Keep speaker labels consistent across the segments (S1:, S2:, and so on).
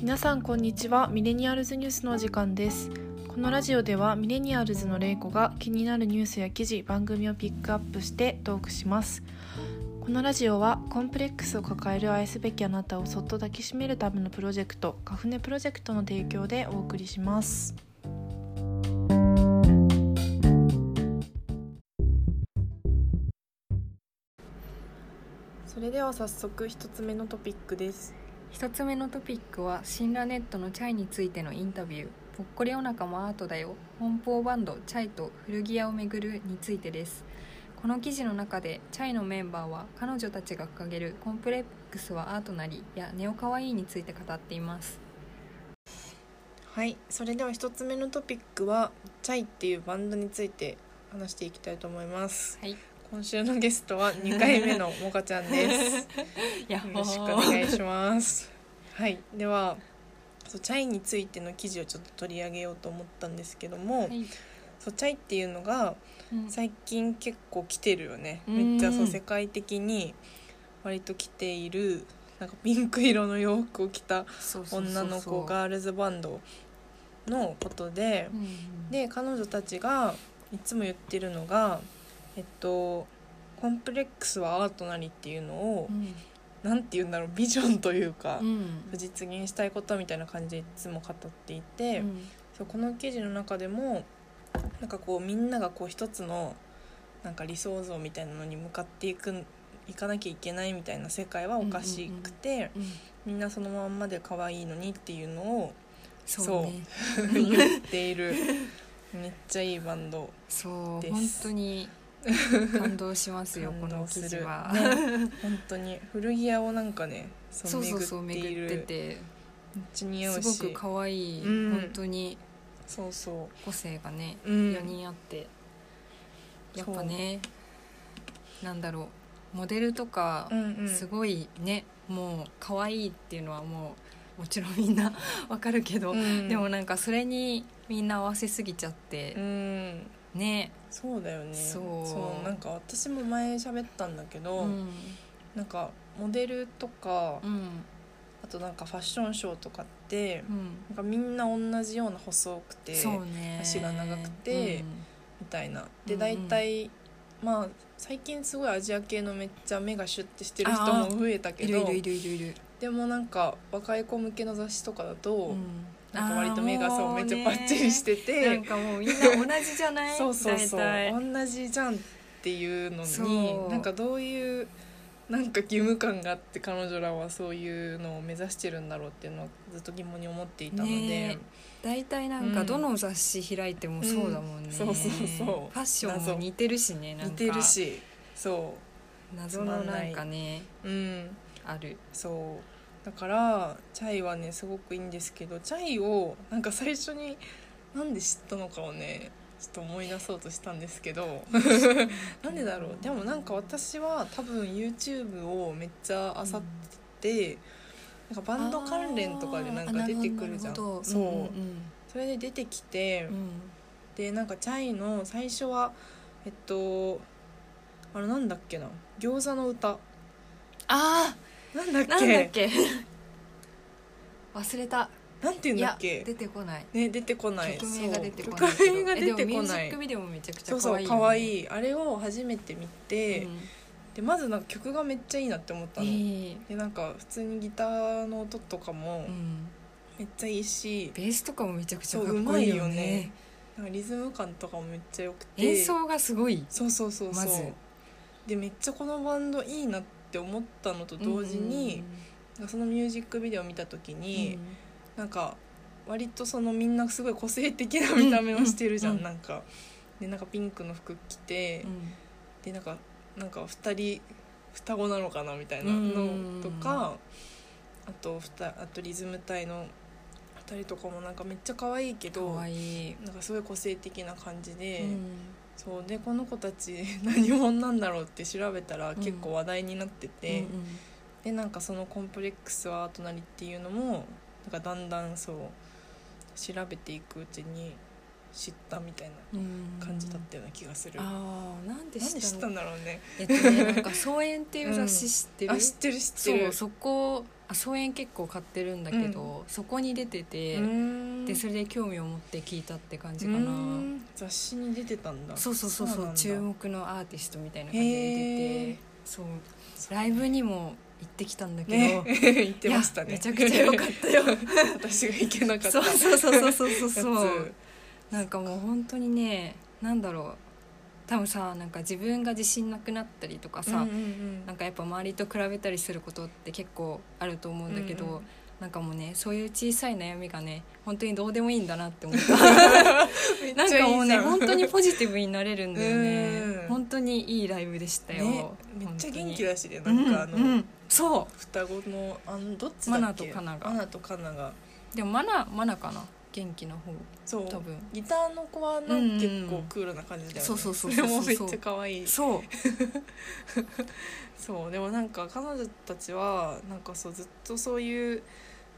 S1: 皆さんこんにちはミレニアルズニュースのお時間ですこのラジオではミレニアルズのレイコが気になるニュースや記事番組をピックアップしてトークしますこのラジオはコンプレックスを抱える愛すべきあなたをそっと抱きしめるためのプロジェクトカフネプロジェクトの提供でお送りしますそれでは早速一つ目のトピックです
S2: 一つ目のトピックはシンラネットのチャイについてのインタビュー「ぽっこりお腹もアートだよ奔放バンドチャイと古着屋をめぐる」についてですこの記事の中でチャイのメンバーは彼女たちが掲げる「コンプレックスはアートなり」や「ネオかわいい」について語っています
S1: はいそれでは一つ目のトピックはチャイっていうバンドについて話していきたいと思います
S2: はい
S1: 今週のゲストは2回目のもかちゃん です
S2: や
S1: よろしくお願いします。はい、ではそうチャイについての記事をちょっと取り上げようと思ったんですけども、
S2: はい
S1: そうチャイっていうのが
S2: うん
S1: 最近結構来てるよね。
S2: うん
S1: めっちゃそう世界的に割と来ているなんかピンク色の洋服を着た
S2: そうそうそうそ
S1: 女
S2: う
S1: の子ガールズバンドのことで
S2: う、ん
S1: で彼女たちがいつも言ってるのがえっとコンプレックスはアートなりっていうのを、
S2: うん
S1: なんて言うんだろうビジョンというか、
S2: うん
S1: 実現したいことみたいな感じでいつも語っていて、
S2: うん
S1: そうこの記事の中でもなんかこうみんながこう一つのなんか理想像みたいなのに向かっていくいかなきゃいけないみたいな世界はおかしくて、
S2: うん
S1: みんなそのまんまで可愛いのにっていうのを
S2: そうね
S1: 言っているめっちゃいいバンド
S2: そう
S1: です
S2: 本当に感動しますよこ
S1: 感
S2: の
S1: 動
S2: 記
S1: す
S2: 事
S1: る
S2: は。
S1: ね本当に古着屋をなんかねそ
S2: そううそうそう
S1: 巡ってい
S2: 巡
S1: る
S2: ってて
S1: めっちゃ似合うし
S2: すごく可愛い、
S1: うん
S2: 本当に
S1: そうそ
S2: 個性がね、
S1: う、うん
S2: 4人あってやっぱねなんだろうモデルとか
S1: う、んうん、
S2: すごいねもう可愛いっていうのはもうもちろんみんな わかるけど、
S1: うん
S2: でもなんかそれにみんな合わせすぎちゃっ
S1: う
S2: て、
S1: ん
S2: ね、
S1: そうだよね
S2: そう
S1: なんか私も前喋ったんだけ
S2: う
S1: ど、
S2: ん
S1: なんかモデルとか、
S2: うん
S1: あとなんかファッションショーとかって
S2: う、ん
S1: なんかみんな同じような細くて
S2: そうね
S1: 足が長くてみたいなで
S2: うんう
S1: 大
S2: ん
S1: 体、まあ最近すごいアジア系のめっちゃ目がシュッてしてる人も増えた
S2: うん
S1: け
S2: いるい
S1: ど
S2: るいるいるいる、
S1: でもなんか若い子向けの雑誌とかだと、
S2: うん
S1: なんか割と目が
S2: あー
S1: そう
S2: も
S1: め
S2: う
S1: っ
S2: ね
S1: ちゃパッチリして
S2: な
S1: て
S2: んかもうみんな同じじゃな い
S1: そうそうそう
S2: 大体
S1: 同じじゃんっていうの
S2: そ
S1: に
S2: う
S1: なんかどういうなんか義務感があって彼女らはそういうのを目指してるんだろうっていうのはずっと疑問に思っていたので、
S2: ね大体なん
S1: う
S2: か
S1: ん
S2: どの雑誌開いてもそうだもん
S1: う
S2: ね、
S1: んそうそうそう
S2: ファッションも似てるしねなんか
S1: 似てるしそ
S2: 謎のなんかね
S1: ううん
S2: ある
S1: そうだからチャイはねすごくいいんですけどチャイをなんか最初になんで知ったのかをねちょっと思い出そうとしたんですけ どなんでだろうでもなんか私は多分 YouTube をめっちゃあさって、なんかバンド関連とかでなんか出てくるじゃん
S2: あーなるほどなるほど
S1: そう、
S2: うん
S1: それで出てきて、
S2: うんうん
S1: でなんかチャイの最初はえっとあれなんだっけな餃子の歌
S2: あ
S1: なんだっ
S2: ー
S1: け
S2: なんだっけ忘れた
S1: なんていうん
S2: い
S1: だ
S2: や
S1: っけ
S2: 出てこない
S1: ね出てこない
S2: 曲名が出てこ
S1: そ
S2: な
S1: う
S2: い
S1: 曲名が出
S2: え
S1: て
S2: でも
S1: こ
S2: ミュー
S1: な
S2: ジッ
S1: い
S2: クビデオもめちゃくちゃ
S1: そうそ
S2: 可愛
S1: う
S2: い
S1: 可愛い
S2: い
S1: いあれを初めて見て、でまずなんか曲がめっちゃいいなって思ったの、
S2: いい
S1: でなんか普通にギターの音とかも
S2: うん
S1: めっちゃいいし、
S2: ベースとかもめちゃくちゃ
S1: そ
S2: か
S1: う
S2: っ
S1: う
S2: こ
S1: ま
S2: い
S1: い
S2: いよ
S1: よ
S2: ね
S1: ねなんかリズム感とかもめっちゃ良くて
S2: 演奏がすごい
S1: そうそうそうそう、
S2: まず
S1: でめっちゃこのバンドいいなって思ったのと同時に、なんかそのミュージックビデオ見た時
S2: うん
S1: に、なんか割とそのみんなすごい個性的な見た目をしてるじゃん、
S2: うんうん
S1: なんかでなんかピンクの服着て、
S2: うん
S1: でなんかなんか2人双子なのかなみたいな
S2: うんうんうん
S1: のとか、あとふたあとリズム隊の2人とかもなんかめっちゃ可愛いけど
S2: 可愛い
S1: なんかすごい個性的な感じで、
S2: うん
S1: そうでこの子たち 何者なんだろうって調べたら
S2: ん
S1: 結構話題になってて、
S2: うんうん
S1: でなんかそのコンプレックスは隣っていうのもなんかだんだんそう調べていくうちに知ったみたいな感じだったような気がする。
S2: ああなんで
S1: なんで知
S2: 知
S1: っ
S2: ったた
S1: ん
S2: の
S1: だろうね。
S2: えっとねなんか「草園」っていう雑誌知ってる
S1: あ知ってる知って
S2: そ
S1: る
S2: うそこあ荘園結構買ってるんだけど、そこに出てて、でそ
S1: れ
S2: れで興味を持って聞いたって感じかな、
S1: 雑誌に出てたんだ
S2: そうそうそうそう
S1: なんだ
S2: 注目のアーティストみたいな感じで出
S1: へ
S2: て
S1: ー
S2: てそうライブにも行ってきたんだけど、
S1: ね 言ってました
S2: いや
S1: ね
S2: めちゃくちゃ良かったよ
S1: 私が行けなかった
S2: そうそうそうそうそう
S1: やつ
S2: そうなんかもう本当にねなんだろう多分さなんか自分が自信なくなったりとかさ、
S1: うんうん
S2: なんかやっぱ周りと比べたりすることって結構あると思うんだけど、
S1: うんうん
S2: なんかもうねそういう小さい悩みがね本当にどうでもいいんだなって思った
S1: うん、
S2: なんかもうね本当
S1: に
S2: にポジティブになれるんだよ
S1: う
S2: ね
S1: ん
S2: 本当にいいライブでしたよ、
S1: ねめっちゃ元気だしねな
S2: 本当に
S1: んかあの、
S2: うんうんそ
S1: 双子のあのどっちだっけ
S2: マナとカナが
S1: マナとカナが
S2: うでもマナマナかな元気の方
S1: そう
S2: 多分
S1: ギターの子はな
S2: うんん
S1: か結構クールな感じだよね
S2: そうそうそう
S1: そ
S2: そ
S1: れ
S2: う
S1: もめっちゃ可愛い
S2: そう
S1: そうでもなんか彼女たちはなんかそうずっとそういう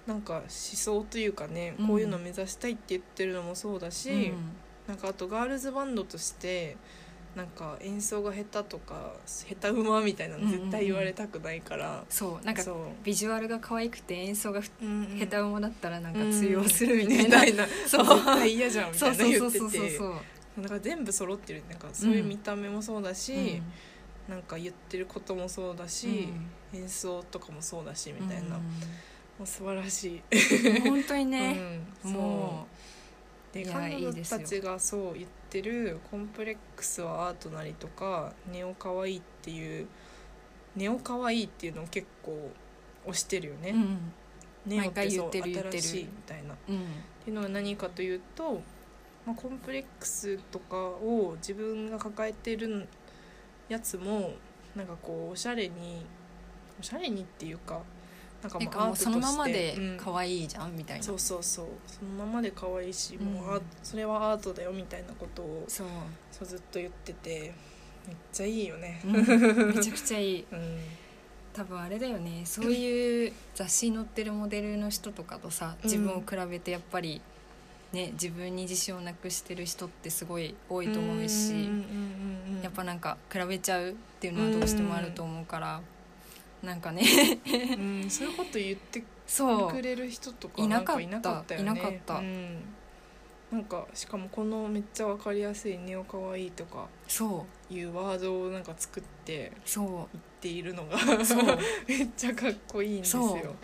S1: なんか思想というかね、
S2: うん
S1: こういうの目指したいって言ってるのもそうだし、
S2: うん
S1: なんかあとガールズバンドとしてなんか演奏が下手とか下手馬みたいなの絶対言われたくないから、
S2: そうなんか
S1: そう、
S2: ビジュアルが可愛くて演奏が下
S1: うんうん
S2: 手馬だったらなんか通用するみた
S1: み
S2: いな、
S1: たいな
S2: そう
S1: 絶対嫌じゃんみた
S2: そ
S1: いうな
S2: そ
S1: 言
S2: うそう
S1: って
S2: そうそう
S1: て
S2: そう、
S1: なんか全部揃ってるなんかそういう見た目もそうだし、なんか言ってることもそうだし、演奏とかもそうだしみたいな、もう素晴らしい、
S2: うん本当にね、
S1: うん、
S2: も
S1: うで
S2: いや
S1: 彼
S2: い
S1: 女
S2: いです
S1: た
S2: よ
S1: ちがそう言ってる「コンプレックスはアートなり」とか「ネオかわいい」っていう「ネオかわいい」っていうのを結構推してるよ
S2: う、
S1: ね。
S2: うん
S1: ネオってそう
S2: 毎回言ってる言って
S1: 新
S2: る
S1: しいみたいな
S2: うん、
S1: っていうのは何かというと、まあ、コンプレックスとかを自分が抱えてるやつもなんかこうおしゃれにおしゃれにっていうかなんか
S2: なん
S1: ま
S2: か
S1: あ
S2: も
S1: ア
S2: う
S1: ート
S2: そ
S1: として
S2: のままで
S1: うん
S2: 可愛いじゃんみたいな、
S1: そうそうそうそのままで可愛いし、もうアー
S2: うん
S1: それはアートだよみたいなことを
S2: そう、
S1: そうずっと言っててめっちゃいいよね。
S2: うんめちゃくちゃいい
S1: うん
S2: 多分あれだよねそういう雑誌に載ってるモデルの人とかとさ
S1: うん
S2: 自分を比べてやっぱり、ね、自分に自信をなくしてる人ってすごい多いと思うし、
S1: んうんうんうん
S2: やっぱなんか比べちゃうっていうのはどうしてもあると思うから、なんかね
S1: うんそういうこと言って
S2: そう
S1: くれる人とか
S2: い
S1: な
S2: なんか
S1: か
S2: った
S1: いなかったよね
S2: いなかった
S1: うん、なんかしかもこのめっちゃわかりやすい「ネオかわいい」とか
S2: そう
S1: いうワードをなんか作って
S2: そ
S1: いっているのが
S2: うそう
S1: めっちゃかっこいいんです
S2: そう
S1: よ。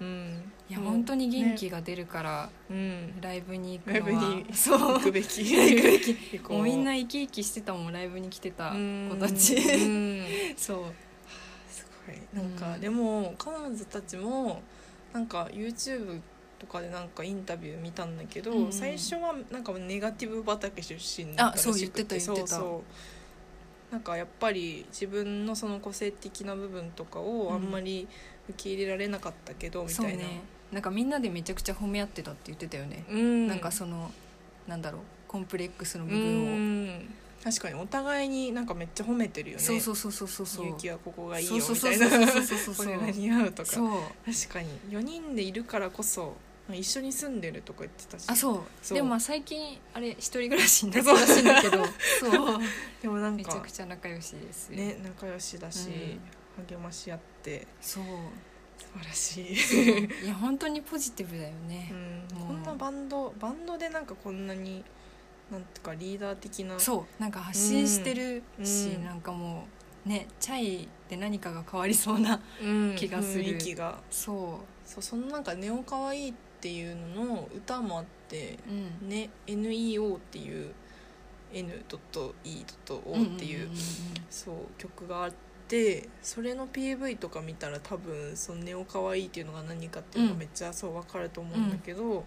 S1: うん、
S2: いや本当に元気が出るから、
S1: に、うん、
S2: ライブに行く
S1: ライブ
S2: のは
S1: に
S2: そう
S1: 行く べき 行こう
S2: もうみんな生き生きしてたもんライブに来てた子たち
S1: うん
S2: そう
S1: すごいなんか、
S2: うん
S1: でも彼女たちもなんか YouTube とかでなんかインタビュー見たんだけど、
S2: うん
S1: 最初はなんかネガティブ畑出身
S2: あそう言ってた言ってた
S1: そうそうなんかやっぱり自分のその個性的な部分とかをあんまり受け入れられなかったけど、み
S2: そう
S1: たいな
S2: ねなんかみんなでめちゃくちゃ褒め合ってたって言ってたよね、
S1: うん
S2: なんかそのなんだろうコンプレックスの
S1: う
S2: 部分を、
S1: ん確かにお互いになんかめっちゃ褒めてるよね
S2: そうそうそうそうそうそう
S1: 勇気はここがいいよ
S2: そう
S1: み
S2: そうそ
S1: た
S2: う
S1: い
S2: そ
S1: な
S2: うそうそうそう
S1: こ
S2: そう
S1: れが似合うとか
S2: そう
S1: 確かに4人でいるからこそ一緒に住んでるとか言ってたし
S2: あそう
S1: そう
S2: でもまあ最近あれ一人暮らしになったらしいんだけどそう
S1: でもなん
S2: めちゃ
S1: か
S2: くちゃ仲良しですよ
S1: ね仲良しだし、励まし合って
S2: そう
S1: 素晴らしい、
S2: いや本当にポジティブだよね
S1: う、ん、こんなバンドバンドでなんかこんなになんていうかリーダー的な
S2: そうなんか発信してるし、
S1: うん
S2: なんかもうねチャイで何かが変わりそうな
S1: うん
S2: 気がする
S1: 雰囲気が
S2: そ
S1: そうそのなんか「ネオかわいい」っていうのの歌もあって
S2: う、う
S1: 「
S2: ん
S1: ね、NEO」っていう N.E.O っていうそう曲があってそれの PV とか見たら多分そのネオかわいいっていうのが何かっていうのが
S2: うん
S1: めっちゃそう分かると思うんだけど、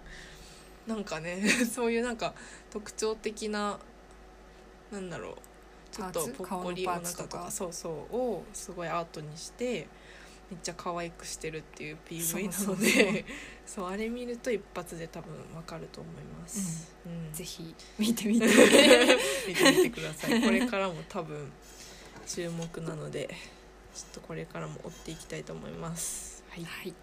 S1: なんかね そういうなんか特徴的ななんだろうちょっと
S2: パーツ
S1: ぽっこりお
S2: 顔
S1: 腹
S2: のパーツ
S1: と
S2: と
S1: か
S2: か
S1: そうそうをすごいアートにしてめっちゃ可愛くしてるっていう
S2: そう
S1: PV な
S2: そうそう
S1: のでそうあれ見ると一発で多分分かると思います。うん
S2: ぜひ見てみて
S1: 見てみてくださいこれからも多分注目なのでちょっとこれからも追っていきたいと思いますはい
S2: はい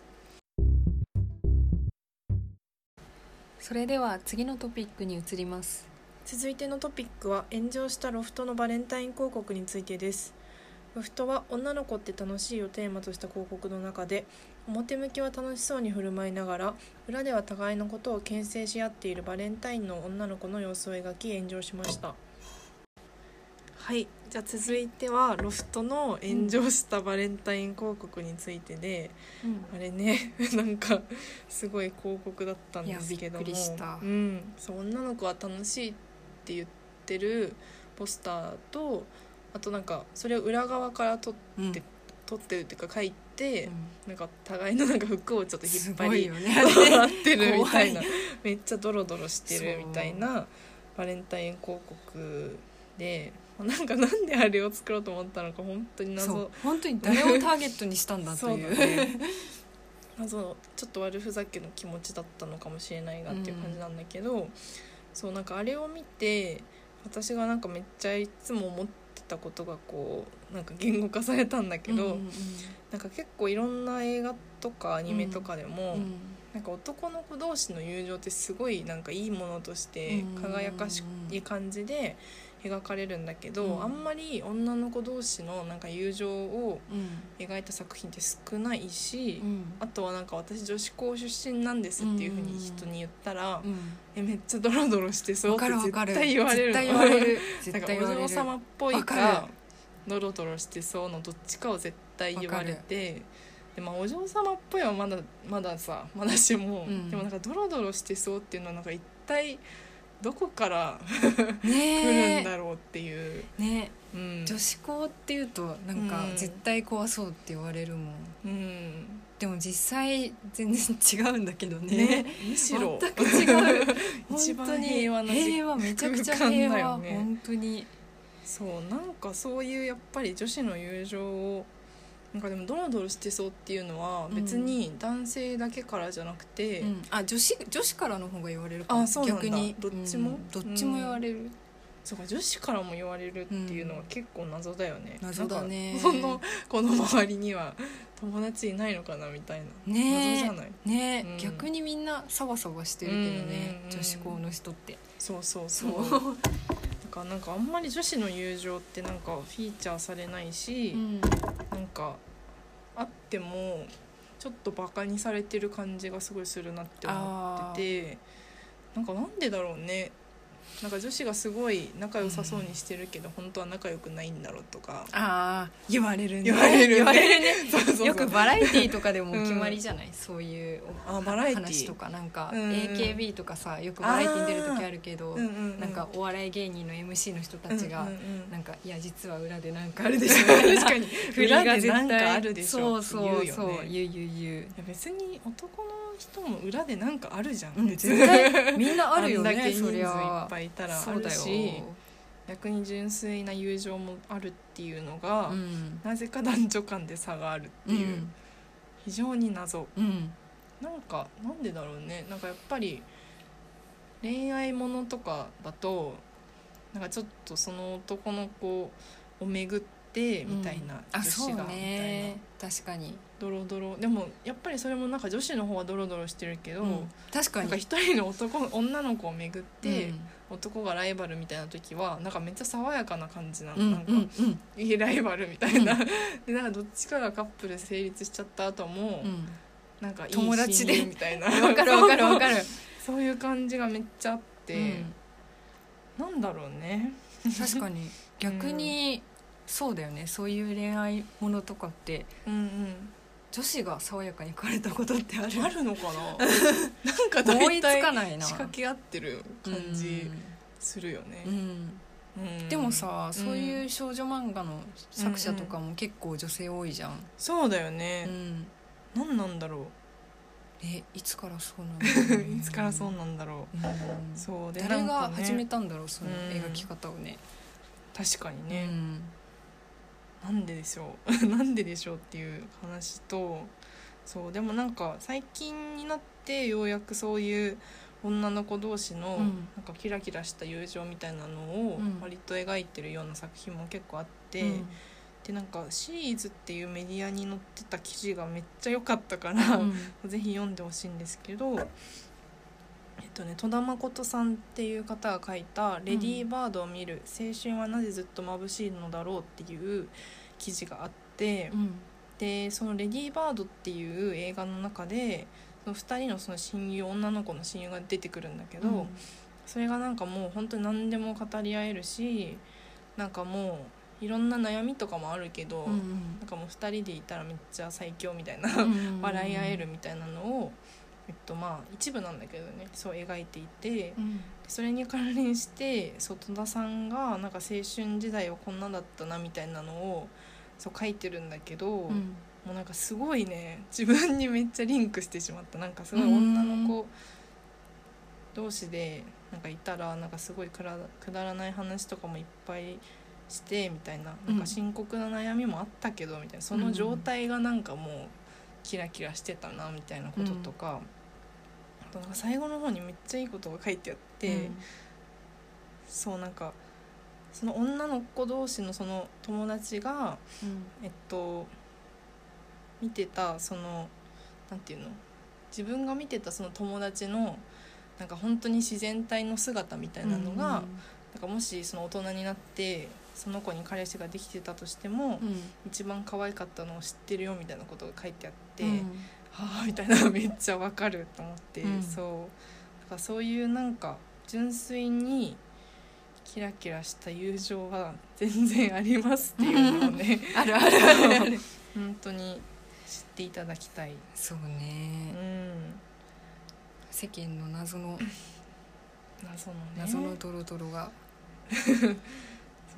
S2: それでは次のトピックに移ります
S1: 続いてのトピックは炎上したロフトのバレンタイン広告についてですロフトは女の子って楽しいをテーマとした広告の中で表向きは楽しそうに振る舞いながら裏では互いのことを牽制し合っているバレンタインの女の子の様子を描き炎上しましたはいじゃあ続いてはロフトの炎上したバレンタイン広告についてで、あれね なんかすごい広告だったんですけども
S2: いやびっくりした
S1: うん、そう女の子は楽しいって言ってるポスターとあとなんかそれを裏側から撮っ
S2: うん
S1: で撮ってるっていうか書いて、
S2: うん
S1: なんか互いのなんか服をちょっと引
S2: す
S1: っ張
S2: ごい
S1: り
S2: よ
S1: 合
S2: ね
S1: ってるみたいな
S2: 怖
S1: めっちゃドロドロしてる
S2: そう
S1: みたいなバレンタイン広告でなんかなんであれを作ろうと思ったのか本当に謎
S2: そう本当に誰 をターゲットにしたんだと
S1: そう
S2: い
S1: だ
S2: う
S1: ね謎ちょっと悪ふざけの気持ちだったのかもしれないなっていう感じなんだけど、そうなんかあれを見て私がなんかめっちゃいつも思ってたことがこうなんか言語化されたんだけど、
S2: うんうん
S1: なんか結構いろんな映画とかアニメとかでも、
S2: うんうん
S1: なんか男の子同士の友情ってすごいなんかいいものとして
S2: うん
S1: 輝かしい感じで描かれるんだけど、
S2: うん
S1: あんまり女の子同士のなんか友情を
S2: うん
S1: 描いた作品って少ないし、
S2: うん
S1: あとはなんか私女子校出身なんですっていうふうに人に言ったら「
S2: うん
S1: えめっちゃドロドロしてそう」
S2: わ
S1: って
S2: かるわ
S1: 絶
S2: かる
S1: 対言われるの
S2: 絶対言われる
S1: な
S2: 絶
S1: んか
S2: 対言われ
S1: お
S2: る
S1: 嬢様っぽいか
S2: わかる
S1: ドロドロしてそうのどっちかを絶対言われ
S2: わか
S1: て。でまあ、お嬢様っぽいはまだまださまだしも、
S2: うん
S1: でもなんかドロドロしてそうっていうのはなんか一体どこから来る
S2: ね
S1: ん
S2: え
S1: だろうっていう、
S2: ね
S1: うん
S2: 女子校っていうとなんか
S1: うん
S2: 絶対怖そうって言われるもん
S1: うん
S2: でも実際全然違うんだけど
S1: ね
S2: ね
S1: むしろ
S2: 全 く違う
S1: 一
S2: 本当
S1: 番
S2: に
S1: 平和な時
S2: 平和めちゃくちゃ
S1: 空間
S2: 平
S1: だ
S2: 和
S1: よね
S2: 本当に
S1: そうなんかそういうやっぱり女子の友情をなんかでもドロドロしてそうっていうのは
S2: うん
S1: 別に男性だけからじゃなくて、
S2: うんあ女子女子からの方が言われるかも
S1: あそうなんだ
S2: 逆に
S1: どっちも
S2: うんどっちも言われる
S1: そうか女子からも言われるっていうのは結構謎だよね、
S2: うん謎だ
S1: な
S2: ね
S1: んかこのこの周りには友達いないのかなみたいな、謎じ
S2: ね
S1: ゃない
S2: えね
S1: うん
S2: え逆にみんなサバサバしてるけど
S1: うんうんう
S2: ね
S1: ん
S2: 女子校の人って
S1: そうそうそうだからなんかあんまり女子の友情ってなんかフィーチャーされないし、
S2: うん
S1: なんかあってもちょっとバカにされてる感じがすごいするなって思っててなんかなんでだろうねなんか女子がすごい仲良さそうにしてるけど、本当は仲良くないんだろうとか
S2: ああ言われるね
S1: 言われるね
S2: 言われるね
S1: そうそうそう
S2: よくバラエティーとかでもお決まりじゃない、そういう
S1: あバラエティ
S2: 話と
S1: ー
S2: かなんか
S1: うん
S2: AKB とかさよくバラエティーに出る時あるけど、
S1: うんうんう
S2: なんかお笑い芸人の MC の人たちが、
S1: うんうんうん
S2: なんかいや実は裏でなんかあるでしょみた
S1: 確
S2: いな
S1: かに
S2: 振 り
S1: 裏
S2: が
S1: で
S2: 絶
S1: な
S2: 対
S1: んかあるでしょ
S2: そうそう
S1: って
S2: そう
S1: 言うよねい
S2: 言う言う言う
S1: や別に男の人も裏でなんかあるじゃん、
S2: うん
S1: 別に
S2: 絶対みん なあるよ
S1: んだけ
S2: ね
S1: 人
S2: そ
S1: 数い
S2: り
S1: っ
S2: ゃ
S1: ぱいいたらあ
S2: そう
S1: る
S2: だよ
S1: し逆に純粋な友情もあるっていうのが、
S2: うん
S1: なぜか男女間で差があるって
S2: う
S1: いう、
S2: ん
S1: 非常に謎
S2: うん
S1: なんかなんでだろうねなんかやっぱり恋愛ものとかだとなんかちょっとその男の子を巡ってみたいな、
S2: あ
S1: 女子
S2: そう
S1: がみたいな
S2: ね確かに
S1: ドロドロでもやっぱりそれもなんか女子の方はドロドロしてるけど、
S2: うん確か
S1: なんか
S2: に
S1: 一人の男女の子を巡って、
S2: うん
S1: 男がライバルみたいな時はなんかめっちゃ爽やかな感じなの、
S2: うん
S1: なんか、
S2: うんうん
S1: いいライバルみたいな、
S2: う
S1: でなんかどっちかがカップル成立しちゃった後も、
S2: うん
S1: なんかいい
S2: 友達で
S1: 親友みたいな
S2: わかるわかるわか
S1: る
S2: る
S1: そういう感じがめっちゃあって、なんだろうね
S2: うん確かに逆にそうだよねそういう恋愛ものとかって
S1: うん
S2: 女子が爽やかに来れたことってある
S1: あるのかななんか
S2: 思い
S1: 大
S2: つか
S1: 体
S2: ないな
S1: 仕掛け合ってる感じするよね
S2: うん、うん
S1: うん
S2: でもさ、
S1: ん
S2: そういう少女漫画の作者とかも結構女性多いじゃん、
S1: そうだよ
S2: うん
S1: ね、なん、何なんだろ
S2: えいつからそうなんだ
S1: う
S2: ろう ね
S1: いつからそうなんだろ
S2: うん
S1: うそうで
S2: 誰
S1: な
S2: が
S1: んかね
S2: 始めたんだろうその
S1: うん
S2: 描き方をね
S1: 確かに
S2: う
S1: ね、
S2: ん
S1: なんででしょう なんででしょうっていう話とそうでもなんか最近になってようやくそういう女の子同士の
S2: うん
S1: なんかキラキラした友情みたいなのを
S2: うん
S1: 割と描いてるような作品も結構あって、
S2: うん
S1: でなんかシリーズっていうメディアに載ってた記事がめっちゃ良かったから、
S2: うん
S1: ぜひ読んでほしいんですけど。えっとね、戸田誠さんっていう方が書いた「レディーバードを見る、青春はなぜずっと眩しいのだろう」っていう記事があって、
S2: うん
S1: でその「レディー・バード」っていう映画の中でその2人のその親友女の子の親友が出てくるんだけど、
S2: うん
S1: それがなんかもう本当に何でも語り合えるしなんかもういろんな悩みとかもあるけど、
S2: うん
S1: なんかもう2人でいたらめっちゃ最強みたいな、
S2: うん
S1: 笑い合えるみたいなのを、えっと、まあ一部なんだけどねそう描いていて
S2: うん
S1: それに関連してそう戸田さんがなんか青春時代はこんなだったなみたいなのをそう書いてるんだけど、
S2: うん
S1: もうなんかすごいね自分にめっちゃリンクしてしまったなんかすごい女の子同士でなんかいたらなんかすごいくらくだらない話とかもいっぱいしてみたいななんか深刻な悩みもあったけどみたいなその状態がなんかもうキラキラしてたなみたいなこととか。あとなんか最後の方にめっちゃいいことが書いてあって、そうなんかその女の子同士のその友達が
S2: うん
S1: えっと見てたそのなんていうの自分が見てたその友達のなんか本当に自然体の姿みたいなのが、なんかもしその大人になってその子に彼氏ができてたとしても、
S2: うんうん
S1: 一番可愛かったのを知ってるよみたいなことが書いてあって、
S2: うん
S1: はあみたいなめっちゃわかると思って、
S2: うん
S1: そうだからそういうなんか純粋にキラキラした友情は全然ありますっていうのをね
S2: あるあるあるあ る
S1: 本当に知っていただきたい。
S2: そう
S1: う
S2: ね
S1: ん、
S2: 世間の謎の
S1: 謎のね。
S2: 謎のドロドロが
S1: そう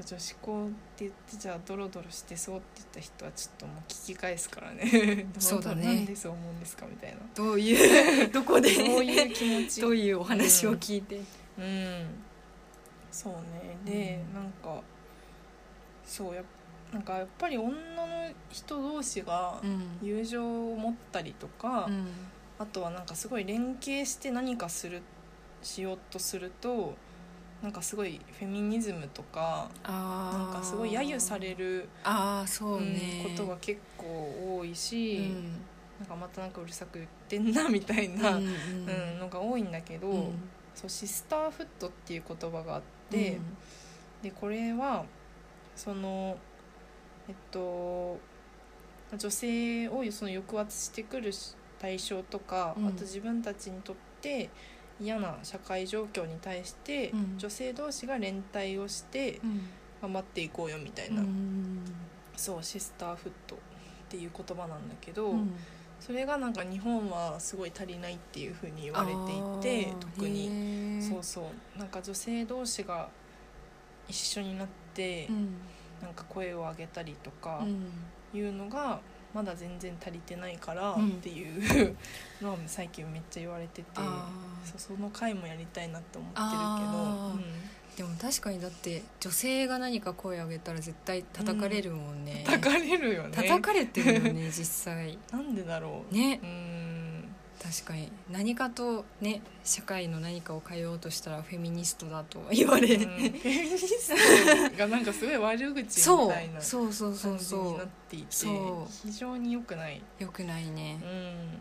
S1: 女子校って言ってじゃあドロドロしてそうって言った人はちょっともう聞き返すからね。
S2: そうだね
S1: ドロドロなんでそう思うんですかみ たいな。
S2: どういう どこで
S1: そういう気持ち。
S2: どういうお話を聞いて
S1: うん。そうね。で、
S2: うん
S1: なんかそうやっなんかやっぱり女の人同士が
S2: うん
S1: 友情を持ったりとか。あとはなんかすごい連携して何かするしようとするとなんかすごいフェミニズムとか
S2: あー
S1: なんかすごい揶揄される、
S2: ああそう
S1: うん
S2: ね
S1: ことが結構多いし、
S2: うん
S1: なんかまたなんかうるさく言ってんなみたいな、
S2: う
S1: うんん
S2: うん
S1: のが多いんだけど、
S2: うん
S1: そうシスターフットっていう言葉があって、
S2: うん
S1: でこれはそのえっと女性をその抑圧してくる対象とか、
S2: うん
S1: あと自分たちにとって嫌な社会状況に対して、
S2: うん
S1: 女性同士が連帯をして
S2: うん
S1: 頑張っていこうよみたいな、そうシスターフットっていう言葉なんだけど、
S2: うん
S1: それがなんか日本はすごい足りないっていうふうに言われていて
S2: あー
S1: 特に
S2: へー
S1: そうそうなんか女性同士が一緒になって、
S2: うん
S1: なんか声を上げたりとか
S2: うん
S1: いうのがまだ全然足りてないからっ
S2: うん
S1: ていうのは最近めっちゃ言われてて
S2: あー
S1: そうその回もやりたいなって思って
S2: あ
S1: る
S2: でも確かにだって女性が何か声上げたら絶対叩かれるもんね、
S1: けど、うん、叩かれるよね
S2: 叩かれてるよね実際
S1: なんでだろう
S2: ね
S1: うーん
S2: 確かに何かとね社会の何かを変えようとしたらフェミニストだと言われ、
S1: うんフェミニス トがなんかすごい悪口み
S2: そう
S1: たいな
S2: そうそうそ
S1: 感
S2: う
S1: じに
S2: そ
S1: なっていて
S2: そう
S1: 非常に良くないう
S2: よくないね
S1: うん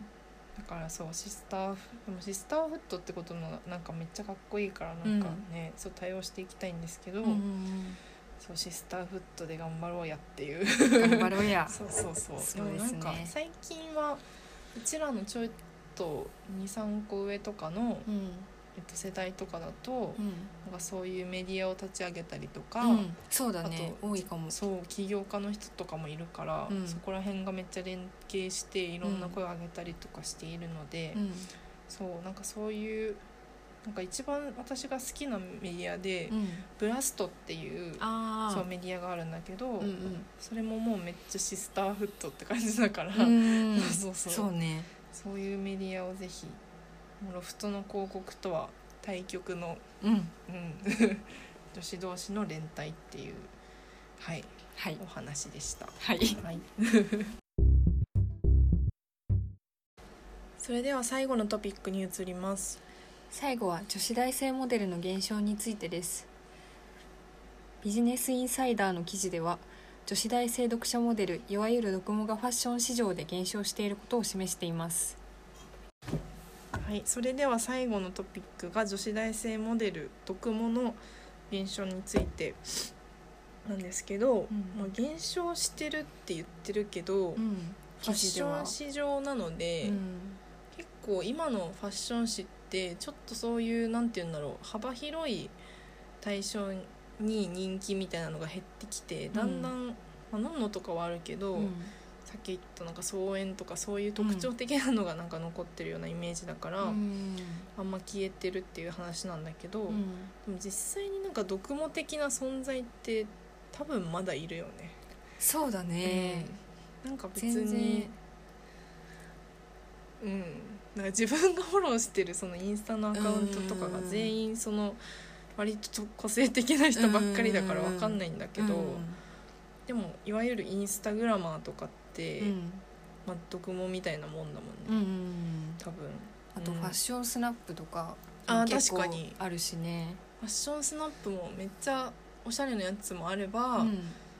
S1: だからそうシスターフでもシスターフットってことのなんかめっちゃかっこいいからなんかね、そう対応していきたいんですけど、
S2: うんうん
S1: そうシスターフットで頑張ろうやっていう
S2: うん頑張ろうや
S1: そうそうそう
S2: そう
S1: も
S2: ですね
S1: なんか最近はうちらのちょっと23個上とかの、
S2: うん
S1: えっと、世代とかだと、
S2: うん
S1: なんかそういうメディアを立ち上げたりとか、
S2: うんそうだね
S1: あ
S2: 多いかも
S1: そう起業家の人とかもいるから、
S2: うん
S1: そこら辺がめっちゃ連携していろんな声を上げたりとかしているので。
S2: うん
S1: そうなんかそういうなんか一番私が好きなメディアで、
S2: うん
S1: ブラストっていう
S2: ああ
S1: そうメディアがあるんだけど、
S2: うんうん
S1: それももうめっちゃシスターフットって感じだから、
S2: うん
S1: そうそう
S2: そうね
S1: そういうメディアをぜひもうロフトの広告とは対局の、
S2: う
S1: う
S2: ん
S1: ん、 女子同士の連帯っていう、はい、
S2: はい
S1: お話でした。
S2: はい
S1: はい、 それでは最後のトピックに移ります。
S2: 最後は女子大生モデルの減少についてですビジネスインサイダーの記事では女子大生読者モデルいわゆる読モがファッション市場で減少していることを示しています
S1: はい、それでは最後のトピックが女子大生モデル読モの減少についてなんですけど、
S2: うん
S1: まあ、減少してるって言ってるけど、フ
S2: ん、
S1: ァッション市場なので、
S2: うん
S1: 結構今のファッション誌ってちょっとそういうなんて言うんだろう幅広い対象に人気みたいなのが減ってきてだんだん、まあ、何のとかはあるけど、
S2: うん
S1: さっき言ったなんか草園とかそういう特徴的なのがなんか残ってるようなイメージだから、
S2: うん
S1: あんま消えてるっていう話なんだけど、
S2: う
S1: で
S2: ん
S1: も実際になんか読モ的な存在って多分まだいるよね。
S2: そうだね、
S1: うんなんか別
S2: 全
S1: に
S2: 然、
S1: うん、なんか自分がフォローしてるそのインスタのアカウントとかが
S2: うん
S1: 全員その割と個性的な人ばっかりだからわかんないんだけど、
S2: うん
S1: でもいわゆるインスタグラマーとかって、
S2: うん
S1: まあ、読モみたいなもんだもんね、
S2: うんうん
S1: 多分。
S2: あと
S1: うん
S2: ファッションスナップとか
S1: あー
S2: 結構
S1: 確かに
S2: あるしね
S1: ファッションスナップもめっちゃおしゃれなやつもあれば、
S2: うん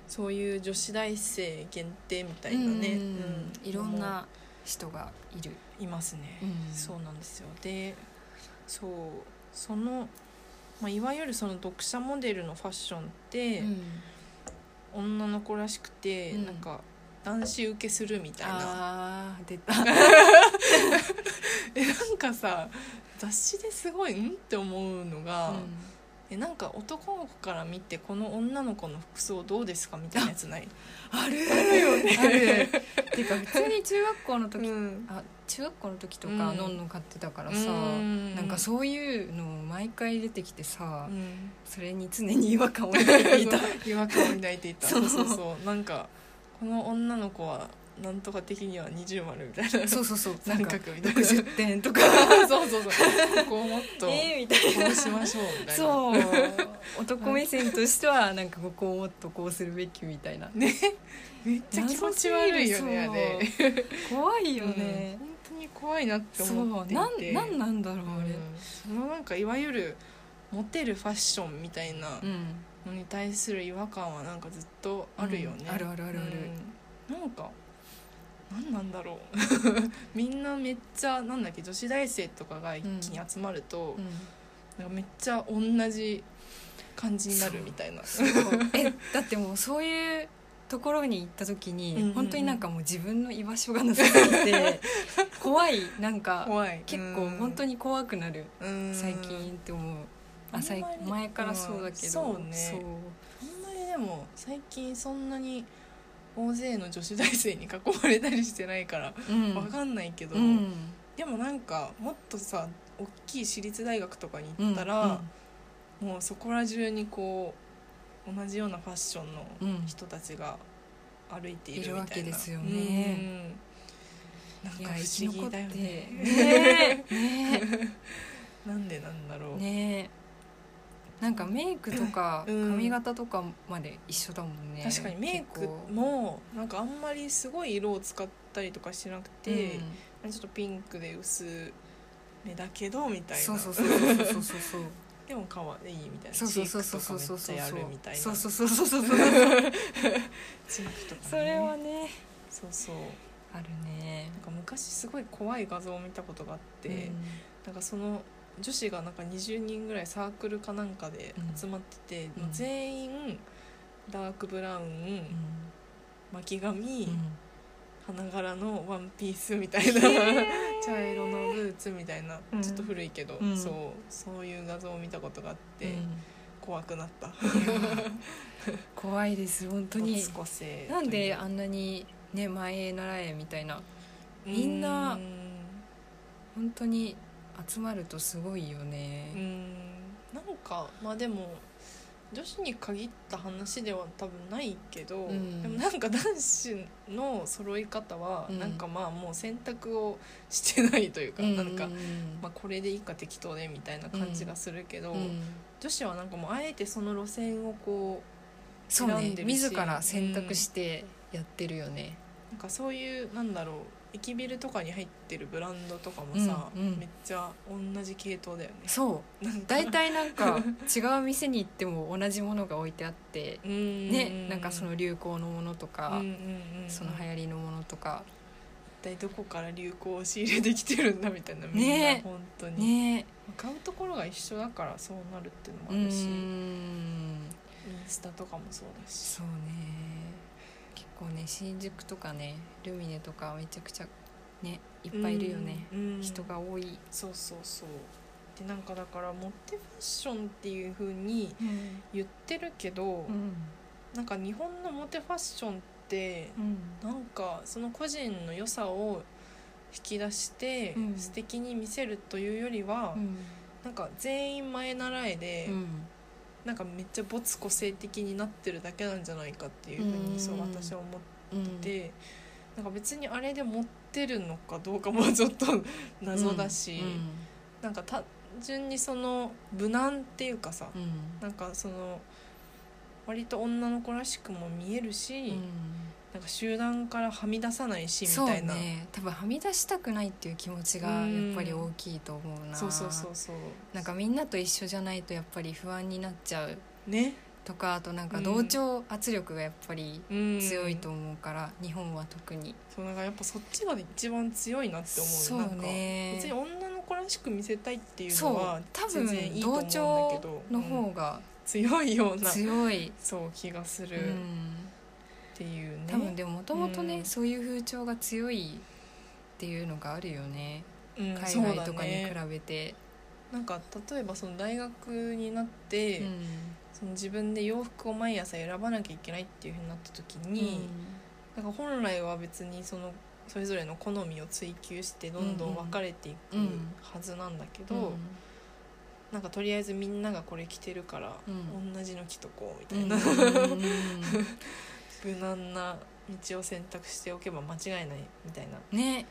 S1: そういう女子大生限定みたいなね、
S2: うん
S1: うん
S2: いろんな人がいる、
S1: いますね、
S2: うん
S1: そうなんですよでそうその、まあ、いわゆるその読者モデルのファッションって、
S2: うん
S1: 女の子らしくて、
S2: うん
S1: なんか男子受けするみたいな
S2: あー出た
S1: えなんかさ雑誌ですごいんって思うのが、
S2: うん
S1: えなんか男の子から見てこの女の子の服装どうですかみたいなやつない
S2: ある
S1: ある
S2: ていうか普通に中学校の時、
S1: うん
S2: あ中学校の時とか
S1: うん
S2: のんの買ってたからさ、
S1: うん
S2: なんかそういうの毎回出てきてさ、
S1: うん
S2: それに常に違和感を抱いていた
S1: 違和感を抱いていた
S2: そ
S1: そううそうそうなんかこの女の子はなんとか的には二重丸みたいな
S2: そうそうそうなん
S1: 三
S2: か
S1: 角みたいなそう
S2: 60点と か
S1: そうそうここをもっとこ
S2: えーみたいな
S1: うしましょうみたいな
S2: そう 男目線としてはなんかここをもっとこうするべきみたいな
S1: ねめっちゃ気持ち悪いよねあれ
S2: そう怖いよ
S1: う
S2: ね
S1: ん、本当に怖いなって
S2: そう
S1: 思ってい
S2: な
S1: て
S2: んなんなんだろうあれ
S1: うんそのなんかいわゆるモテるファッションみたいな
S2: うん
S1: のに対する違和感はなんかずっとあるよね、
S2: うんあるあるあるある
S1: うんなんか何なんだろう みんなめっちゃなんだっけ女子大生とかが一気に集まると、
S2: うん
S1: なんかめっちゃ同じ感じになるみたいな
S2: そうえだってもうそういうところに行った時に、
S1: うんうんうん
S2: 本当になんかもう自分の居場所がなさすぎ て怖いなんか
S1: 怖い
S2: 結構本当
S1: に
S2: に怖くなる、最
S1: 最
S2: 近って思う。
S1: あんま
S2: あ
S1: り
S2: 最前からそうだけど、
S1: うんそうね
S2: そう
S1: あんまりでも最近そんなに大勢の女子大生に囲まれたりしてないから
S2: うん
S1: わかんないけど、
S2: うん
S1: でもなんかもっとさ大きい私立大学とかに行ったら、もうそこら中にこう同じようなファッションの
S2: うんうん
S1: 人たちが歩いているみたい
S2: いる
S1: な
S2: わけですよね
S1: うんなん
S2: い
S1: か
S2: や
S1: 不
S2: 生
S1: 思
S2: き残
S1: 議
S2: っ
S1: だ
S2: て
S1: よね
S2: ねえね
S1: なんでなんだろ
S2: え
S1: う、
S2: ねえなんかメイクとか
S1: うん
S2: 髪型とかまで一緒だもんね、
S1: 確かにメイク
S2: 結構
S1: もなんかあんまりすごい色を使ったりとかしなくて、ちょっとピンクで薄めだけどみたいな
S2: そうそうそうそうそうそうそう
S1: でも可愛いみたいな
S2: そうそうそうそうそうそう
S1: チ
S2: そう
S1: ークとかめっちゃやるみたいな
S2: そうそうそうそうそうそう
S1: チークとか、ね、
S2: それはね
S1: そうそう
S2: あるね
S1: なんか昔すごい怖い画像を見たことがあって、なんかその女子がなんか20人ぐらいサークルかなんかで集まってて、
S2: うん
S1: もう全員ダークブラウン、
S2: うん
S1: 巻き髪、
S2: うん
S1: 花柄のワンピースみたいな、茶色のブーツみたいな、
S2: うん
S1: ちょっと古いけど、
S2: うん
S1: そうそういう画像を見たことがあって、怖くなった
S2: うんいやー怖いです本当に
S1: 没個性
S2: なんで
S1: と
S2: あんなにね前へ習えみたいな
S1: いう
S2: みんな
S1: う
S2: 本当に集まるとすごいよね
S1: ーんうーんなんかまあでも女子に限った話では多分ないけど、
S2: うん
S1: でもなんか男子の揃い方は、
S2: うん
S1: なんかまあもう選択をしてないというか、
S2: うん
S1: なんか、まあ、これでいいか適当でみたいな感じがするけど、
S2: うん
S1: 女子はなんかもうあえてその路線をこう
S2: そうね
S1: 選んでるし
S2: 自ら選択してやってるよね
S1: なんかそういうなんだろう駅ビルとかに入ってるブランドとかもさ、
S2: うんうん
S1: めっちゃ同じ系統だよね。
S2: そう 大体なんか違う店に行っても同じものが置いてあってね
S1: ね
S2: なんかその流行のものとか
S1: うんうんうん、
S2: その流行りのものとか
S1: 一体どこから流行を仕入れてきてるんだみたいなみん
S2: ね
S1: な本当に、
S2: ね
S1: 買うところが一緒だからそうなるっていうのも
S2: う
S1: あるし、
S2: ん
S1: ンスタとかもそうだし
S2: そうね結構ね新宿とかねルミネとかめちゃくちゃねいっぱいいるよね、
S1: うん
S2: 人が多い、
S1: そうそうそうでなんかだからモテファッションっていう風に
S2: うん
S1: 言ってるけど、
S2: うん
S1: なんか日本のモテファッションってなんかその個人の良さを引き出して
S2: うん
S1: 素敵に見せるというよりは、
S2: うん
S1: なんか全員前習いで、
S2: うん
S1: なんかめっちゃ没個性的になってるだけなんじゃないかっていうふう
S2: うん
S1: にそう私は思っ
S2: うん
S1: て、なんか別にあれで持ってるのかどうかもちょっと謎だし、なんか単純にその無難っていうかさ、
S2: うんうん
S1: なんかその割と女の子らしくも見えるし、
S2: うん
S1: なんか集団からはみ出さないしみたいな
S2: そうね多分はみ出したくないっていう気持ちがやっぱり大きいと思うな、
S1: そうそうそうそう
S2: なんかみんなと一緒じゃないとやっぱり不安になっちゃう
S1: ね、
S2: とかあとなんか
S1: うん
S2: 同調圧力がやっぱり
S1: うん、
S2: 強いと思うから、日本は特に
S1: そうなんかやっぱそっちが一番強いなって思う
S2: そ
S1: なん
S2: う
S1: か
S2: ね
S1: 別に女の子らしく見せたいっていうの
S2: そ
S1: は
S2: う多
S1: 全然
S2: 分
S1: いいと思う
S2: 同
S1: んだけど
S2: 調の
S1: うん
S2: 方が
S1: 強いような
S2: 強い、
S1: そう気がす
S2: う
S1: るっ
S2: ん、
S1: ていうね、
S2: 多分でももともとね、
S1: うん
S2: そういう風潮が強いっていうのがあるよね
S1: うん
S2: 海
S1: そう
S2: 外
S1: だ
S2: とかに比
S1: ね、
S2: べて
S1: なんか例えばその大学になって、その自分で洋服を毎朝選ばなきゃいけないっていうふうになった時
S2: うん
S1: に、なんか本来は別にそのそれぞれの好みを追求してどんどん分かれていく
S2: うん
S1: はずなんだけ
S2: う
S1: ど、
S2: ん
S1: なんかとりあえずみんながこれ着てるから、
S2: うん
S1: 同じの着とこうみた
S2: うん
S1: いな、
S2: うん
S1: 無難な道を選択しておけば間違いないみたいな
S2: ね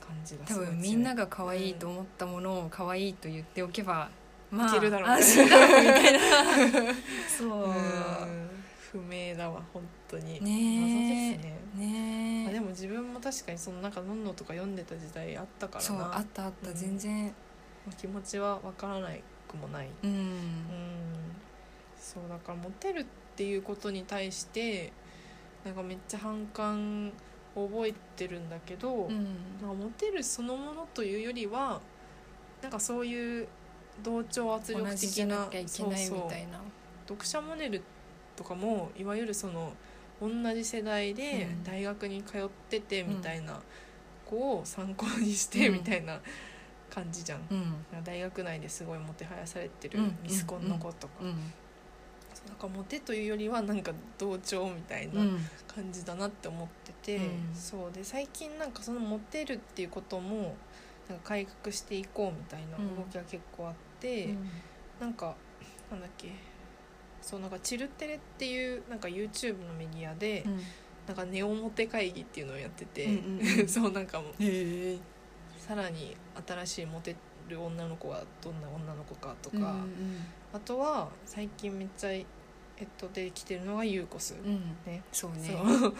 S1: 感じが
S2: 多
S1: すごい強い
S2: 分みんなが可愛いと思ったものを可愛いと言っておけばまあ
S1: いけるだろうね
S2: 安心だろうみたいな そううん
S1: 不明だわ本当に、
S2: ねえ
S1: 謎ですね
S2: ね
S1: あでも自分も確かにそのなんかのんのとか読んでた時代あったからな
S2: そうあったあった、
S1: うん
S2: 全然
S1: まあ気持ちはわからないくもない
S2: うん、
S1: うんそうだからモテるっていうことに対してなんかめっちゃ反感を覚えてるんだけど、
S2: うん
S1: なんかモテるそのものというよりはなんかそういう同調圧力
S2: 同じじ
S1: 的
S2: ゃ
S1: な
S2: なきゃいけないみ
S1: そうそ
S2: た
S1: う
S2: いな
S1: 読者モデルとかもいわゆるその同じ世代で
S2: うん
S1: 大学に通っててみたいな子を参考にして
S2: うん
S1: みたいな感じじゃん。
S2: うん
S1: 大学内ですごいもてはやされてる
S2: うん
S1: ミスコンの子とか、
S2: うん
S1: そうなんかモテというよりはなんか同調みたいな
S2: うん
S1: 感じだなって思ってて、
S2: うん
S1: そうで最近なんかそのモテるっていうこともなんか改革していこうみたいな動きが結構あって、なんかなんだっけそうなんかチルテレっていうなんか YouTube のメディアで、
S2: うん
S1: なんかネオモテ会議っていうのをやってて、
S2: うんうんう ん
S1: そうなんかもう
S2: へえ
S1: さらに新しいモテる女の子はどんな女の子かと
S2: う
S1: か、
S2: ん
S1: あとは最近めっちゃえっと出てきてるのがユーコス、
S2: うんうん
S1: ね
S2: そうね
S1: そう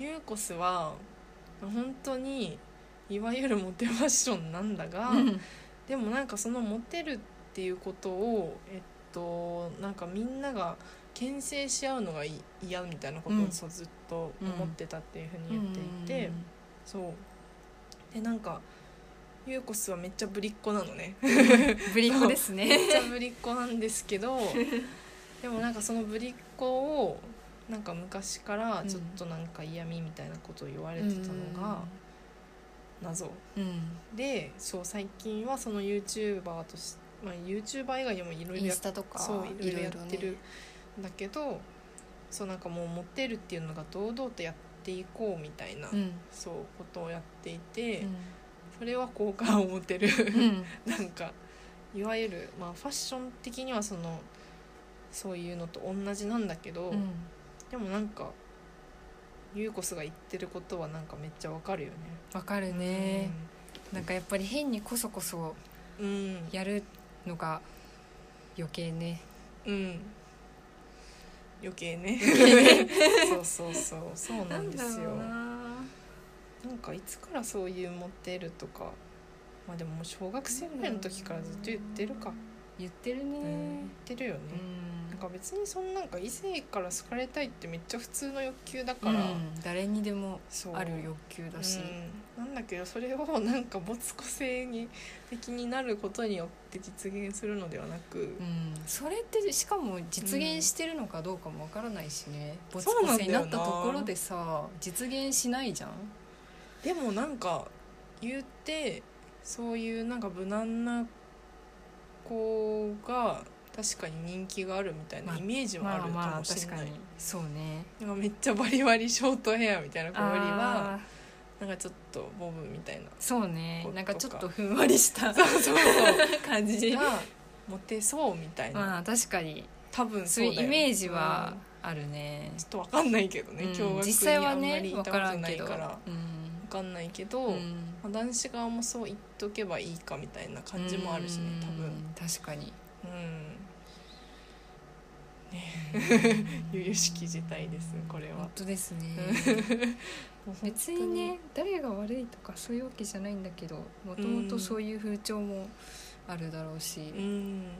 S1: ユーコスは本当にいわゆるモテファッションなんだが、
S2: うん
S1: でもなんかそのモテるっていうことをえっとなんかみんなが牽制し合うのがい嫌みたいなこと
S2: う
S1: を
S2: ん
S1: そうずっと思ってたっていうふうに言っていて、そうでなんかユーコスはめっちゃぶりっ子なのねめっ
S2: うんブリコですね
S1: ちゃぶりっ子なんですけど でもなんかそのぶりっ子をなんか昔からちょっとなんか嫌味みたいなことを言われてたのが謎。
S2: うん
S1: でそう最近はその YouTuber とし、まあ、YouTuber 以外でもいろい
S2: イ
S1: ろ
S2: ン
S1: やっ
S2: スタとか
S1: そういろいろやって
S2: いろい
S1: る
S2: ろね
S1: んだけど、そうなんかもうモテるっていうのが堂々とやっていこうみたいな、
S2: うん
S1: そうことをやっていて、
S2: うん
S1: それは好感を持てる
S2: うん
S1: なんかいわゆる、まあ、ファッション的にはそのそういうのと同じなんだけど、
S2: うん
S1: でもなんかユーコスが言ってることはなんかめっちゃわかるよね。
S2: わかるねなんかやっぱり変にこそこそ
S1: うん、うん
S2: やるのが余計ね
S1: うん余計ね そうそうそうそうなんですよな
S2: なん
S1: かいつからそういうモテるとかまあでももう小学生ぐらいの時からずっと言ってるか、
S2: 言ってるね
S1: うん言ってるよね、
S2: うん
S1: なんか別にそんなんか異性から好かれたいってめっちゃ普通の欲求だ
S2: う
S1: から、
S2: ん誰にでも
S1: そう
S2: ある欲求だし
S1: うんなんだけどそれをなんか没個性に的になることによって実現するのではなく
S2: う、ん、それってしかも実現してるのかどうかもわからないしね、没
S1: そうな
S2: 個
S1: ん
S2: 性
S1: だよな
S2: になったところでさ実現しないじゃん
S1: でもなんか言ってそういうなんか無難な子が確かに人気があるみたい
S2: ま
S1: な
S2: あ
S1: イメージはあ
S2: まあ
S1: る
S2: ま
S1: か
S2: あ
S1: もし
S2: 確
S1: れ
S2: か
S1: ない、
S2: にそうね
S1: なんかめっちゃバリバリショートヘアみたいな子よりは
S2: あー
S1: なんかちょっとボブみたいな
S2: そうね
S1: こう
S2: なんかちょっ
S1: と
S2: と
S1: か
S2: ふんわりした
S1: そうそう そ
S2: 感じ
S1: うがモテそうみたいな、
S2: まあ確かに
S1: 多分
S2: そう
S1: そ
S2: いうう
S1: だよ
S2: イメージはあるね
S1: うん、ちょっとわかんないけどね、
S2: うん
S1: 共学
S2: 実際
S1: にあ
S2: は
S1: んま
S2: ね
S1: り行
S2: わ
S1: ったこ
S2: から
S1: と
S2: ん
S1: な
S2: け
S1: い
S2: ど
S1: からわ
S2: うん
S1: かんないけど、
S2: うん
S1: まあ男子側もそう言っとけばいいかみたいな感じもあるしね多分
S2: うん確かに
S1: うん 由々しき事態ですこれは
S2: 本当ですね
S1: もう本当
S2: 別にね誰が悪いとかそういうわけじゃないんだけどもともとそういう風潮もあるだろうし
S1: うん
S2: うん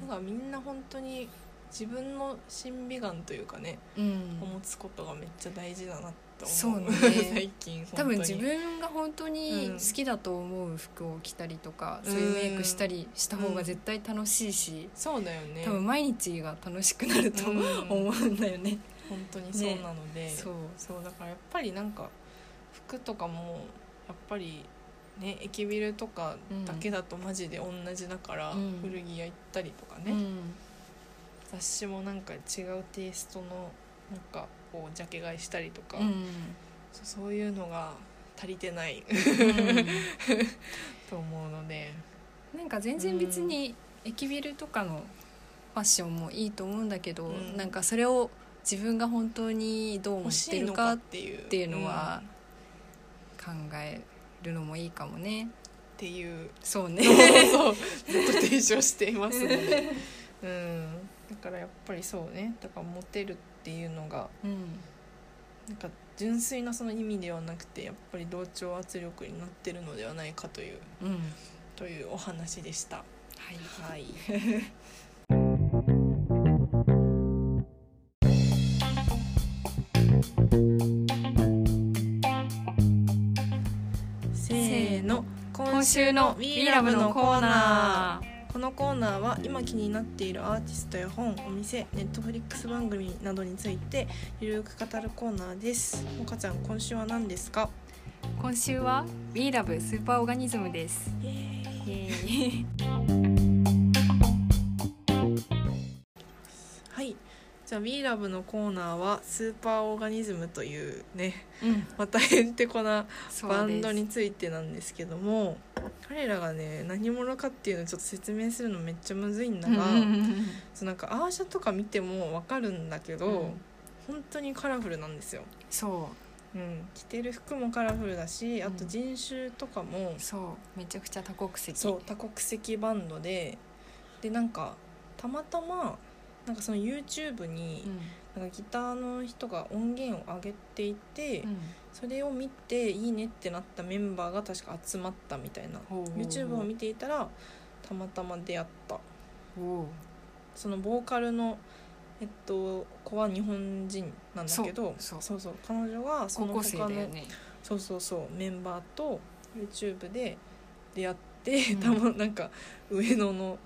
S1: なんかみんな本当に自分の審美眼というかね、
S2: うん
S1: を持つことがめっちゃ大事だなって思う
S2: そうね
S1: 最近
S2: 多分自
S1: 本
S2: 分が本当に好きだと思う服を着たりとか、そういうメイクしたりした方が絶対楽しいし、
S1: 当にそうだよね
S2: 多分毎日が楽しくなると
S1: うん
S2: 思うんだよね、
S1: 本当にそうなので、
S2: そう
S1: そうだからやっぱりなんか服とかもやっぱりね駅ビルとかだけだとマジで同じだから、
S2: うん
S1: 古着屋行ったりとかね、
S2: うん
S1: 雑誌もなんか違うテイストのなんかこうジャケ買いしたりとか、
S2: うん
S1: そそういうのが足りてない と思うので
S2: なんか全然別に駅ビルとかのファッションもいいと思うんだけど、
S1: うん
S2: なんかそれを自分が本当にどう思
S1: 欲
S2: っ
S1: してい
S2: る
S1: のか
S2: か
S1: っ
S2: 考
S1: ていう
S2: ていうのはえるのもいいかもね
S1: っていう
S2: そう
S1: そう
S2: ね
S1: ずっと提唱していますの で、うん、だからやっぱりそうねだからモテるっていうのが
S2: うん
S1: なんか純粋なその意味ではなくてやっぱり同調圧力になってるのではないかという
S2: うん
S1: というお話でした。
S2: はい
S1: はい。せーの、今
S2: 今週
S1: 週
S2: の
S1: の
S2: 「
S1: We Love
S2: WeLove」
S1: の
S2: の
S1: コ
S2: コ
S1: ーナ
S2: ーナ
S1: ー。このコーナーは今気になっているアーティストや本お店ネットフリックス番組などについてゆるく語るコーナーですもかちゃん今週は何ですか
S2: ー今週は「WeLove スーパーオーガニズム」です
S1: イエーイ
S2: イエーイ
S1: はいじゃあ WeLove のコーナーはスーパーオーガニズムというね
S2: うん
S1: またへんてこな
S2: そ
S1: バ
S2: うです
S1: ンドについてなんですけども彼らがね何者かっていうのをちょっと説明するのめっちゃむずいんだ
S2: うん
S1: が、
S2: うんうん
S1: そうなんかアーシャとか見てもわかるんだけど、
S2: うん
S1: 本当にカラフルなんですよ、
S2: そ
S1: うん、着てる服もカラフルだしあと
S2: うん
S1: 人種とかも、
S2: うそうめちゃくちゃ多国籍
S1: そう多国籍バンドででなんかたまたまなんかその YouTube に
S2: うん
S1: なんかギターの人が音源を上げていて、
S2: うん
S1: それを見ていいねってなったメンバーが確か集まったみたいな
S2: ほうほうほう
S1: YouTube を見ていたらたまたま出会った
S2: おう
S1: そのボーカルのえっと子は日本人なんだけど
S2: そう
S1: そうそう彼女がそ
S2: 高
S1: の
S2: 校生
S1: 他の、
S2: だよね
S1: そうそうそうメンバーと YouTube で出会って、
S2: うん
S1: たまなんか上野の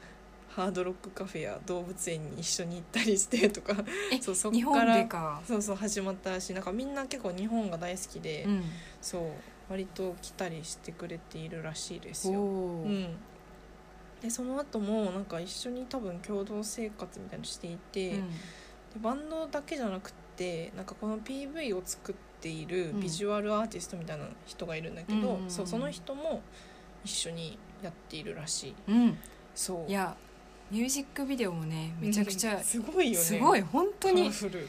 S1: ハードロックカフェや動物園に一緒に行ったりしてとか
S2: え
S1: そうそっ
S2: 日
S1: か
S2: 本で
S1: ら
S2: か
S1: そうそう始まったしなんかみんな結構日本が大好きで、
S2: うん
S1: そう割と来たりしてくれているらしいです
S2: お
S1: よ。
S2: お
S1: う
S2: うん
S1: ん、でその後もなんか一緒に多分共同生活みたいなのしていて、でバンドだけじゃなくってなんかこの PV を作っている
S2: うん
S1: ビジュアルアーティストみたいな人がいるんだけど、
S2: うんうんうん
S1: そうその人も一緒にやっているらしい。
S2: うん
S1: そう
S2: いやミュージックビデオもねめちゃくち
S1: う
S2: ゃ
S1: んすごいよね
S2: すごい
S1: 本
S2: 本当に
S1: フル、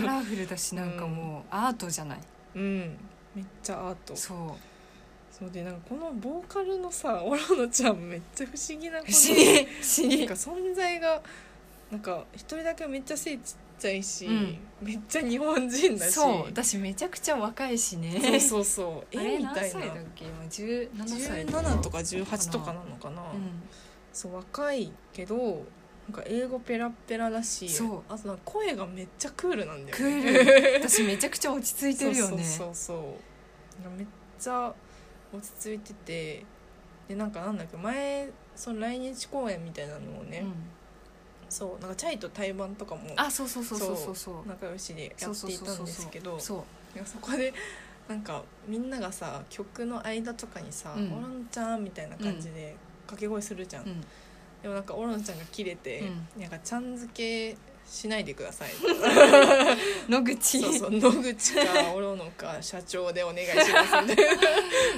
S2: カラフルだしなんかもうアートじゃない
S1: うん、めっちゃアート
S2: そう
S1: そうでなんかこのボーカルのさ オロノちゃんめっちゃ不思議なこ
S2: 不
S1: と
S2: 思議不思
S1: なん
S2: 議
S1: か存在がなんか一人だけめっちゃ背ちっちゃいし、
S2: うん
S1: めっちゃ日本人だし
S2: そうだしめちゃくちゃ若いしね
S1: そうそうそう
S2: あ
S1: え
S2: れ
S1: み
S2: 何
S1: たい
S2: 歳だ
S1: な
S2: っけ今17歳
S1: 17とか18とかなのかな、
S2: うん
S1: そう若いけどなんか英語ペラッペラだし
S2: そう
S1: あとなんか声がめっちゃクールなんだよ
S2: ク
S1: ね
S2: ール私めちゃくちゃ落ち着いてるよね
S1: そうそうそうそうめっちゃ落ち着いててでなんかなんだっけ前その来日公演みたいなのをね、
S2: うん
S1: そうなんかチャイと対バンとかも
S2: あそうそうそうそうそうそう
S1: 仲良しでや
S2: そう
S1: っ
S2: そう
S1: てい
S2: そう
S1: た
S2: そ
S1: ん
S2: う
S1: ですけど
S2: そう
S1: いやそこでなんかみんながさ曲の間とかにさ「
S2: うん
S1: オロンちゃん」みたいな感じで掛け声するじゃん、
S2: うん
S1: でもなんかオロンちゃんが切れて「なんかちゃん付けしないでください」
S2: 野口
S1: そうそう野口かオロノか社長でお願いしますみたいな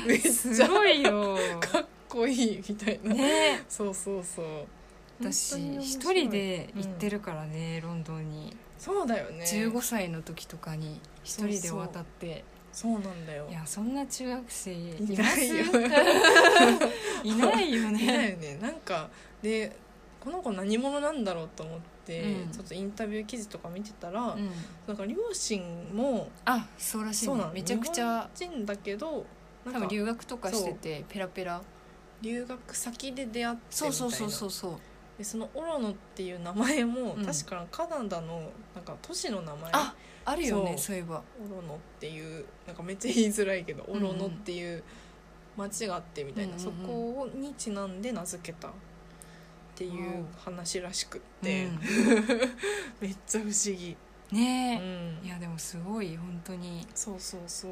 S1: めっちゃ
S2: すご いよ
S1: かっこいいみたいな、
S2: ね
S1: そうそうそう
S2: 私
S1: 本当に面
S2: 一
S1: 白い
S2: 人で行ってるからね、ロンドンに
S1: そうだよね
S2: 15歳の時とかに一人で渡って
S1: そうなんだよ
S2: いやそんな中学生い
S1: い
S2: ま
S1: な
S2: す
S1: いよ
S2: いないよ
S1: いない
S2: ね
S1: よねなんかでこの子何者なんだろうと思って、
S2: うん
S1: ちょっとインタビュー記事とか見てたら、
S2: うん
S1: なんか両親も
S2: あそうらしい、
S1: そう
S2: ね
S1: な、の
S2: めちゃくちゃ
S1: 日本人だけどなん
S2: 多
S1: か
S2: 分留学とかしててペラペラ
S1: 留学先で出会ってみたいな
S2: そうそうそうそうそう
S1: でそのオロノっていう名前も、
S2: うん
S1: 確かカナダのなんか都市の名前
S2: ああるよね
S1: そう
S2: そういえば
S1: オロノっていうなんかめっちゃ言いづらいけど、
S2: んうん
S1: オロノっていう町があってみたいな、
S2: うんうんう
S1: そ
S2: ん
S1: こにちなんで名付けたっていう話らしくって、めっちゃ不思議、
S2: うん、ね
S1: うん
S2: え、いやでもすごい本当に
S1: そうそうそう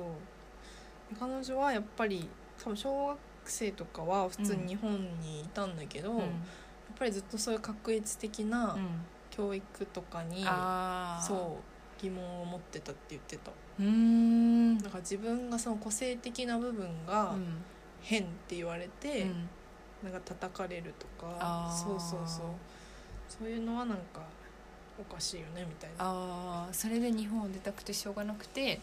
S1: で彼女はやっぱり多分小学生とかは普通に日本にいたんだけど、
S2: うん
S1: やっぱりずっとそういう確一的な教育とかに、
S2: ああ
S1: そう疑問を持ってたって言ってた
S2: ううーん
S1: なんか自分がその個性的な部分が
S2: うん
S1: 変って言われて、
S2: うん
S1: なんか叩かれるとか
S2: あー
S1: そうそうそうそういうのはなんかおかしいよねみたいなっ
S2: ああそれで日本を出たくてしょうがなくて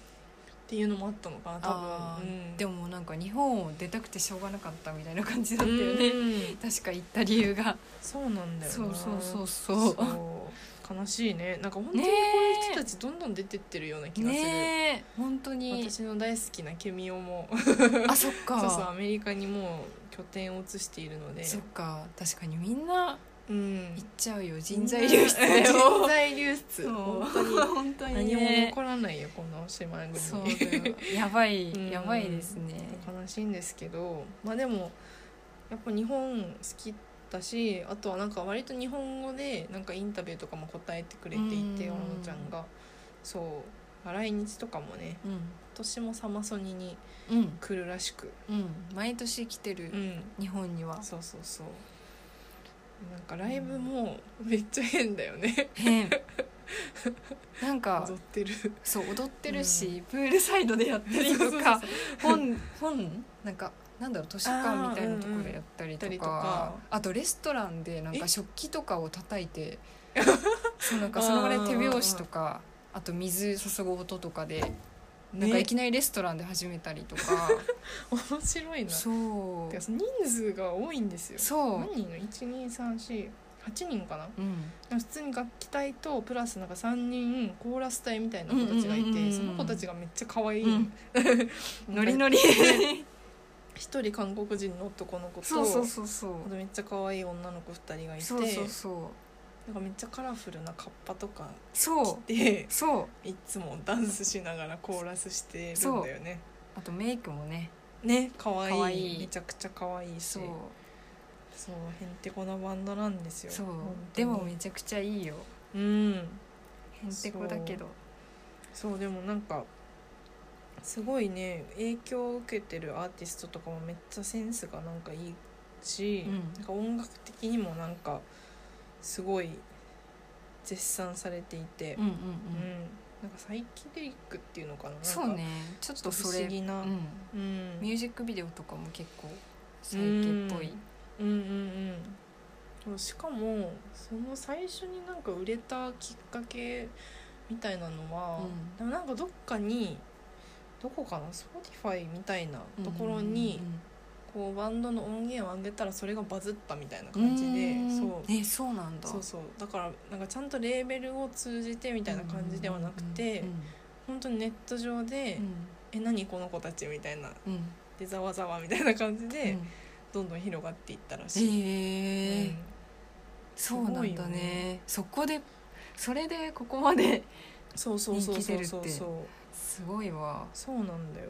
S1: ていうのもあったのかな
S2: あ
S1: 多
S2: ー
S1: 分、うん、
S2: で
S1: も
S2: ももうなんか日本を出たくてしょうがなかったみたいな感じだ
S1: だ
S2: っ
S1: ったた
S2: よ
S1: よ
S2: ね、
S1: ね
S2: 確か行った理由が
S1: そうなんだよな
S2: そうそうそう
S1: そう
S2: そ
S1: 悲しいねなんか本当
S2: う
S1: に
S2: ね
S1: こういう人たちどんどん出てってるような
S2: え
S1: 気がする、
S2: ねえ本当に
S1: 私の大好きなケミオも
S2: あそっ か
S1: そうそうアメリカにもう拠点を移しているので
S2: そっか確かにみんな
S1: うん
S2: 行っちゃうよ人材流出 だ
S1: 人
S2: よ
S1: 材流出
S2: そう
S1: 本当に
S2: 本当
S1: 何も
S2: ね
S1: 残らないよこの島国
S2: そうだよやば
S1: う
S2: い
S1: ん
S2: やばいですね
S1: 悲しいんですけどまあでもやっぱ日本好きだしあとはなんか割と日本語でなんかインタビューとかも答えてくれていて
S2: う
S1: 小
S2: ん
S1: 野ちゃんがそう来日とかもね今年もサマソニに
S2: うんうん
S1: 来るらしく
S2: うん毎年来てる
S1: うん
S2: 日 本には
S1: そうそうそうなんかライブもめっちゃ変だよね
S2: 変な んか
S1: 踊ってる
S2: そう踊ってるし、
S1: う
S2: プールサイドでやったり
S1: そう
S2: と
S1: そうそう
S2: か本本なんかなんだろう図書館みたいなところでやったりと
S1: あーうんうんやったりと
S2: か
S1: か
S2: あとレストランでなんか
S1: え
S2: 食器とかを叩い てそうなんかその場で手拍子とかあと水注ぐ音とかで。なんか
S1: ね
S2: いきなりレストランで始めたりとか、
S1: 面白いな
S2: そう
S1: てかその人数が多いんですよ
S2: そう
S1: 何人の1238人かな
S2: うん
S1: 普通に楽器隊とプラスなんか3人コーラス隊みたいな子たちがい
S2: うんうんうんうん
S1: てその子たちがめっちゃ可愛い、
S2: うん ノリノリ
S1: 一人韓国人の男の子と
S2: そうそうそうそう
S1: あとめっちゃ可愛い女の子2人がいて
S2: そうそうそう
S1: なんかめっちゃカラフルなカッパとか
S2: そ
S1: 着
S2: う
S1: て
S2: そう
S1: いつもダンスしながらコーラスしてるんだよね
S2: あとメイクもね
S1: ね可愛い
S2: 可愛い
S1: めちゃくちゃ可愛いし
S2: そう
S1: そうへんてこなバンドなんですよ
S2: そう
S1: 本当
S2: で
S1: に
S2: もめちゃくちゃいいよ
S1: うん
S2: へんてこだけど
S1: そうでもなんかすごいね影響を受けてるアーティストとかもめっちゃセンスがなんかいいし、
S2: うん
S1: なんか音楽的にもなんかすごい絶賛されていて、
S2: うんう
S1: う
S2: んう
S1: ん
S2: ん
S1: なんかサイキデリックっていうのかななんか
S2: そうねちょっと
S1: 不
S2: そ
S1: 思
S2: れ
S1: 議な、
S2: う
S1: うん
S2: んミュージックビデオとかも結構最近っぽい
S1: うんうんうんそうしかもその最初になんか売れたきっかけみたいなのは、
S2: うん
S1: でもなんかどっかにどこかな Spotify みたいなところにこうバンドの音源を上げたらそれがバズったみたいな
S2: うんうんうん
S1: 感じでそう
S2: うーんえそうなんだ
S1: そうそうだからなんかちゃんとレーベルを通じてみたいな感じではなくて
S2: うん
S1: 本当にネット上で
S2: うん
S1: 「え何この子たち」みたいな
S2: うんうん
S1: でざわざわみたいな感じ
S2: う
S1: で
S2: ん
S1: どんどん広がっていったらしい。
S2: え
S1: う
S2: え
S1: ん
S2: そうな
S1: すご
S2: ん
S1: い
S2: だ
S1: よ
S2: ね
S1: ね
S2: そこでそれでここまで
S1: そうそうそうそうそう
S2: 人気出るって
S1: そう
S2: すごいわ
S1: そうなんだよ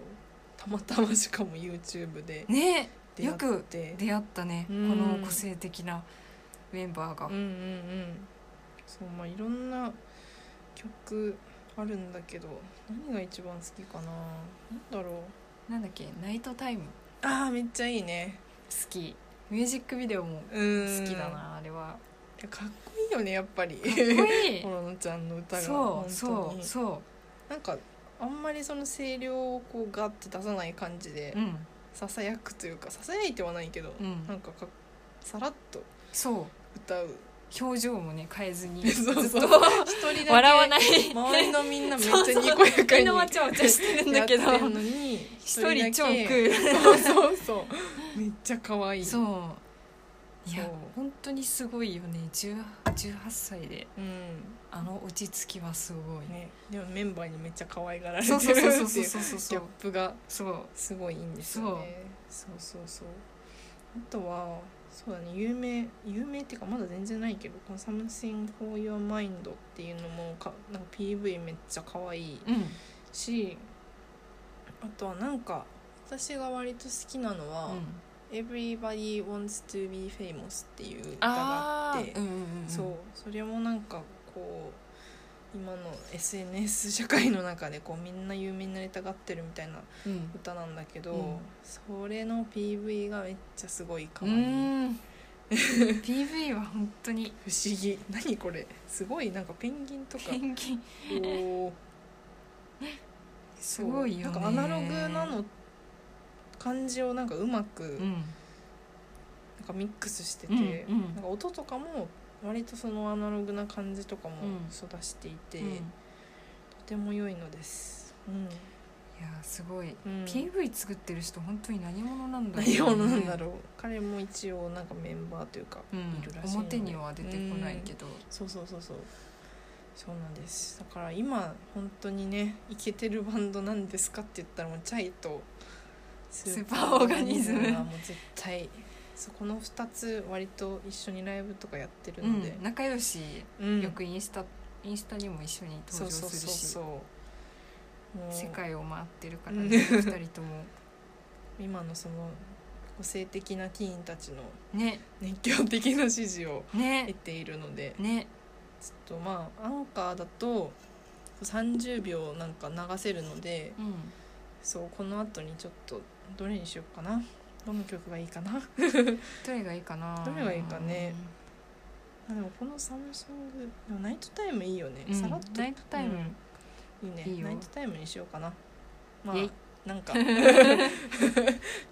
S1: たまたましかも YouTube で
S2: ね
S1: 出会って、
S2: 出会ったねこ
S1: うん
S2: の個性的なメンバーが
S1: うんうんうんそうまあいろんな曲あるんだけど何が一番好きかななんだろう
S2: なんだっけナイトタイム好
S1: あーめっちゃいいね
S2: きミュージックビデオも
S1: うん
S2: 好きだなあれは
S1: やかっこいいよねやっぱり
S2: かっこいい
S1: ほのちゃんの歌が
S2: そう
S1: 本当
S2: そ
S1: に
S2: うそ
S1: なんかあんまりその声量をこうガッて出さない感じで
S2: ううん
S1: ささやくというかささやいてはないけど、
S2: うん
S1: なんかかさらっと
S2: そう
S1: 歌う
S2: 表情もね変えず に
S1: そうそう
S2: ずっと
S1: 一人だけ
S2: 笑わない
S1: 周りのみんなめっちゃ
S2: そうそう
S1: にこやか
S2: みん
S1: に
S2: なわちゃわちゃしてるん
S1: や
S2: だ
S1: っ
S2: け
S1: てん
S2: ど
S1: のに
S2: 一人超ク
S1: だけ
S2: ール
S1: そうそうそうめっちゃ可愛い
S2: そういや
S1: そう
S2: 本当にすごいよね10 18歳で
S1: うん
S2: あの落ち着きはすごい、
S1: ね、でもメンバーにめっちゃ可愛がられて
S2: そ
S1: る
S2: う
S1: って
S2: そ
S1: いう
S2: そ
S1: う
S2: うそうそうそうそ
S1: ギャ
S2: う
S1: ップが
S2: そう
S1: すごいいいんですよねそうそうそうあとはそうだね有名有名っていうかまだ全然ないけど「この Something for Your Mind」っていうのもかなんか PV めっちゃ可愛い
S2: うん
S1: しあとはなんか私が割と好きなのは「Everybody Wants to Be Famous」っていう歌があって
S2: ーうんうんうん
S1: そうそれもなんかこう今の SNS 社会の中でこうみんな有名になりたがってるみたいな
S2: うん
S1: 歌なんだけど、
S2: うん
S1: それの PV がめっちゃすごい可
S2: う
S1: 愛い不
S2: ーん PV は本当に
S1: 思議 何これすごいなんかペンギン とか
S2: ペンギン
S1: こう
S2: すごいよね
S1: そうなんかアナログなの感じをなんかうまく、
S2: う
S1: なん
S2: ん
S1: かミックスしてて、
S2: うんうん
S1: なんか音とかも割とそのアナログな感じとかも
S2: うん
S1: 育していて、
S2: うんい
S1: とても良いのです、う
S2: やすごい
S1: んうん、
S2: PV 作ってる人本当に何者なんだろうね
S1: 何をなんだろう、彼も一応なんかメンバーというか
S2: うん
S1: いるらしいので
S2: 表には出てこないけど
S1: そうそうそうそうそうなんですだから今本当にねイケてるバンドなんですかって言ったらもうチャイとス
S2: ーパーオーガニズム
S1: ーパーオーガニがもう絶対そうこの2つ割と一緒にライブとかやってる
S2: う
S1: の
S2: ん
S1: で、
S2: 仲良し
S1: うん
S2: よくインスタインスタにも一緒に
S1: そ
S2: 登
S1: うそ
S2: 場
S1: う
S2: す
S1: そう
S2: るし
S1: そうもう
S2: 世界を回ってるから
S1: うん
S2: ね二人とも
S1: 今のその個性的なティーンたちの
S2: ね
S1: 熱狂的な支持を得
S2: ね
S1: ているので
S2: ね
S1: ちょっとまあアンカーだと30秒なんか流せるので、
S2: うん
S1: そうこの後にちょっとどれにしようかなどの曲がいいかな
S2: どれがいいかな
S1: どれがいいかねあでもこのサムシングでもナイトタイムいいよね、
S2: うん
S1: さらっと
S2: ナイトタイム
S1: うんいいね
S2: いいよ
S1: ナイトタイムにしようかなまあ
S2: イェイ
S1: なん か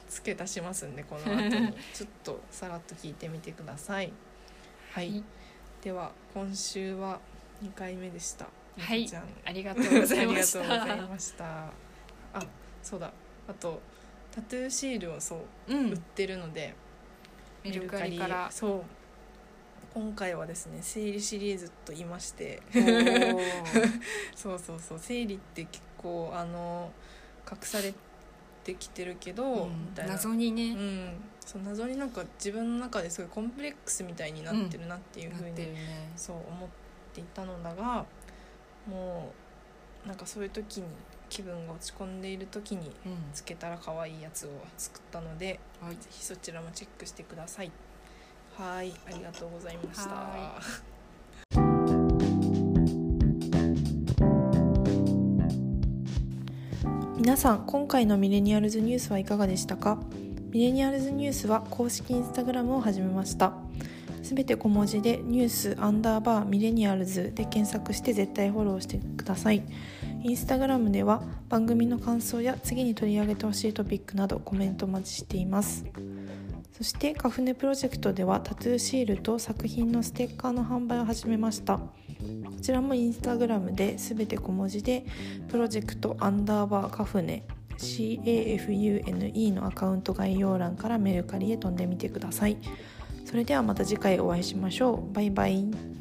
S1: 付け足しますんでこの後 にちょっとさらっと聞いてみてくださいはい、
S2: はい
S1: では今週は2回目でした
S2: はい
S1: みかちゃん
S2: ありがとうございまし
S1: ありがとうござい
S2: た
S1: ましたあそうだあとタトゥーシールをそう
S2: う
S1: 売っ
S2: ん
S1: てるので、
S2: メルカリから
S1: そう今回はですね生理シリーズと言いま して
S2: おー
S1: そうそうそう生理って結構あの隠されてきてるけど、
S2: うん
S1: みたいな
S2: 謎に
S1: う
S2: ね
S1: ん、そう謎になんか自分の中ですごいコンプレックスみたいになってるなっていう
S2: な
S1: ふう
S2: っ
S1: に、
S2: てるね
S1: そう思っていたのだがもうなんかそういう時に気分が落ち込んでいる時に
S2: うん
S1: つけたら可愛いやつを作ったので
S2: はい
S1: ぜひそちらもチェックしてください。はい、ありがとうございました。
S2: は
S1: 皆さん、今回のミレニアルズニュースはいかがでしたかミレニアルズニュースは公式インスタグラムを始めました。すべて小文字でニュースアンダーバーミレニアルズで検索して絶対フォローしてください。インスタグラムでは番組の感想や次に取り上げてほしいトピックなどコメントお待ちしています。そしてカフネプロジェクトではタトゥーシールと作品のステッカーの販売を始めましたこちらもインスタグラムで全て小文字でプロジェクトアンダーバーカフネ CAFUNE のアカウント概要欄からメルカリへ飛んでみてくださいそれではまた次回お会いしましょうバイバイ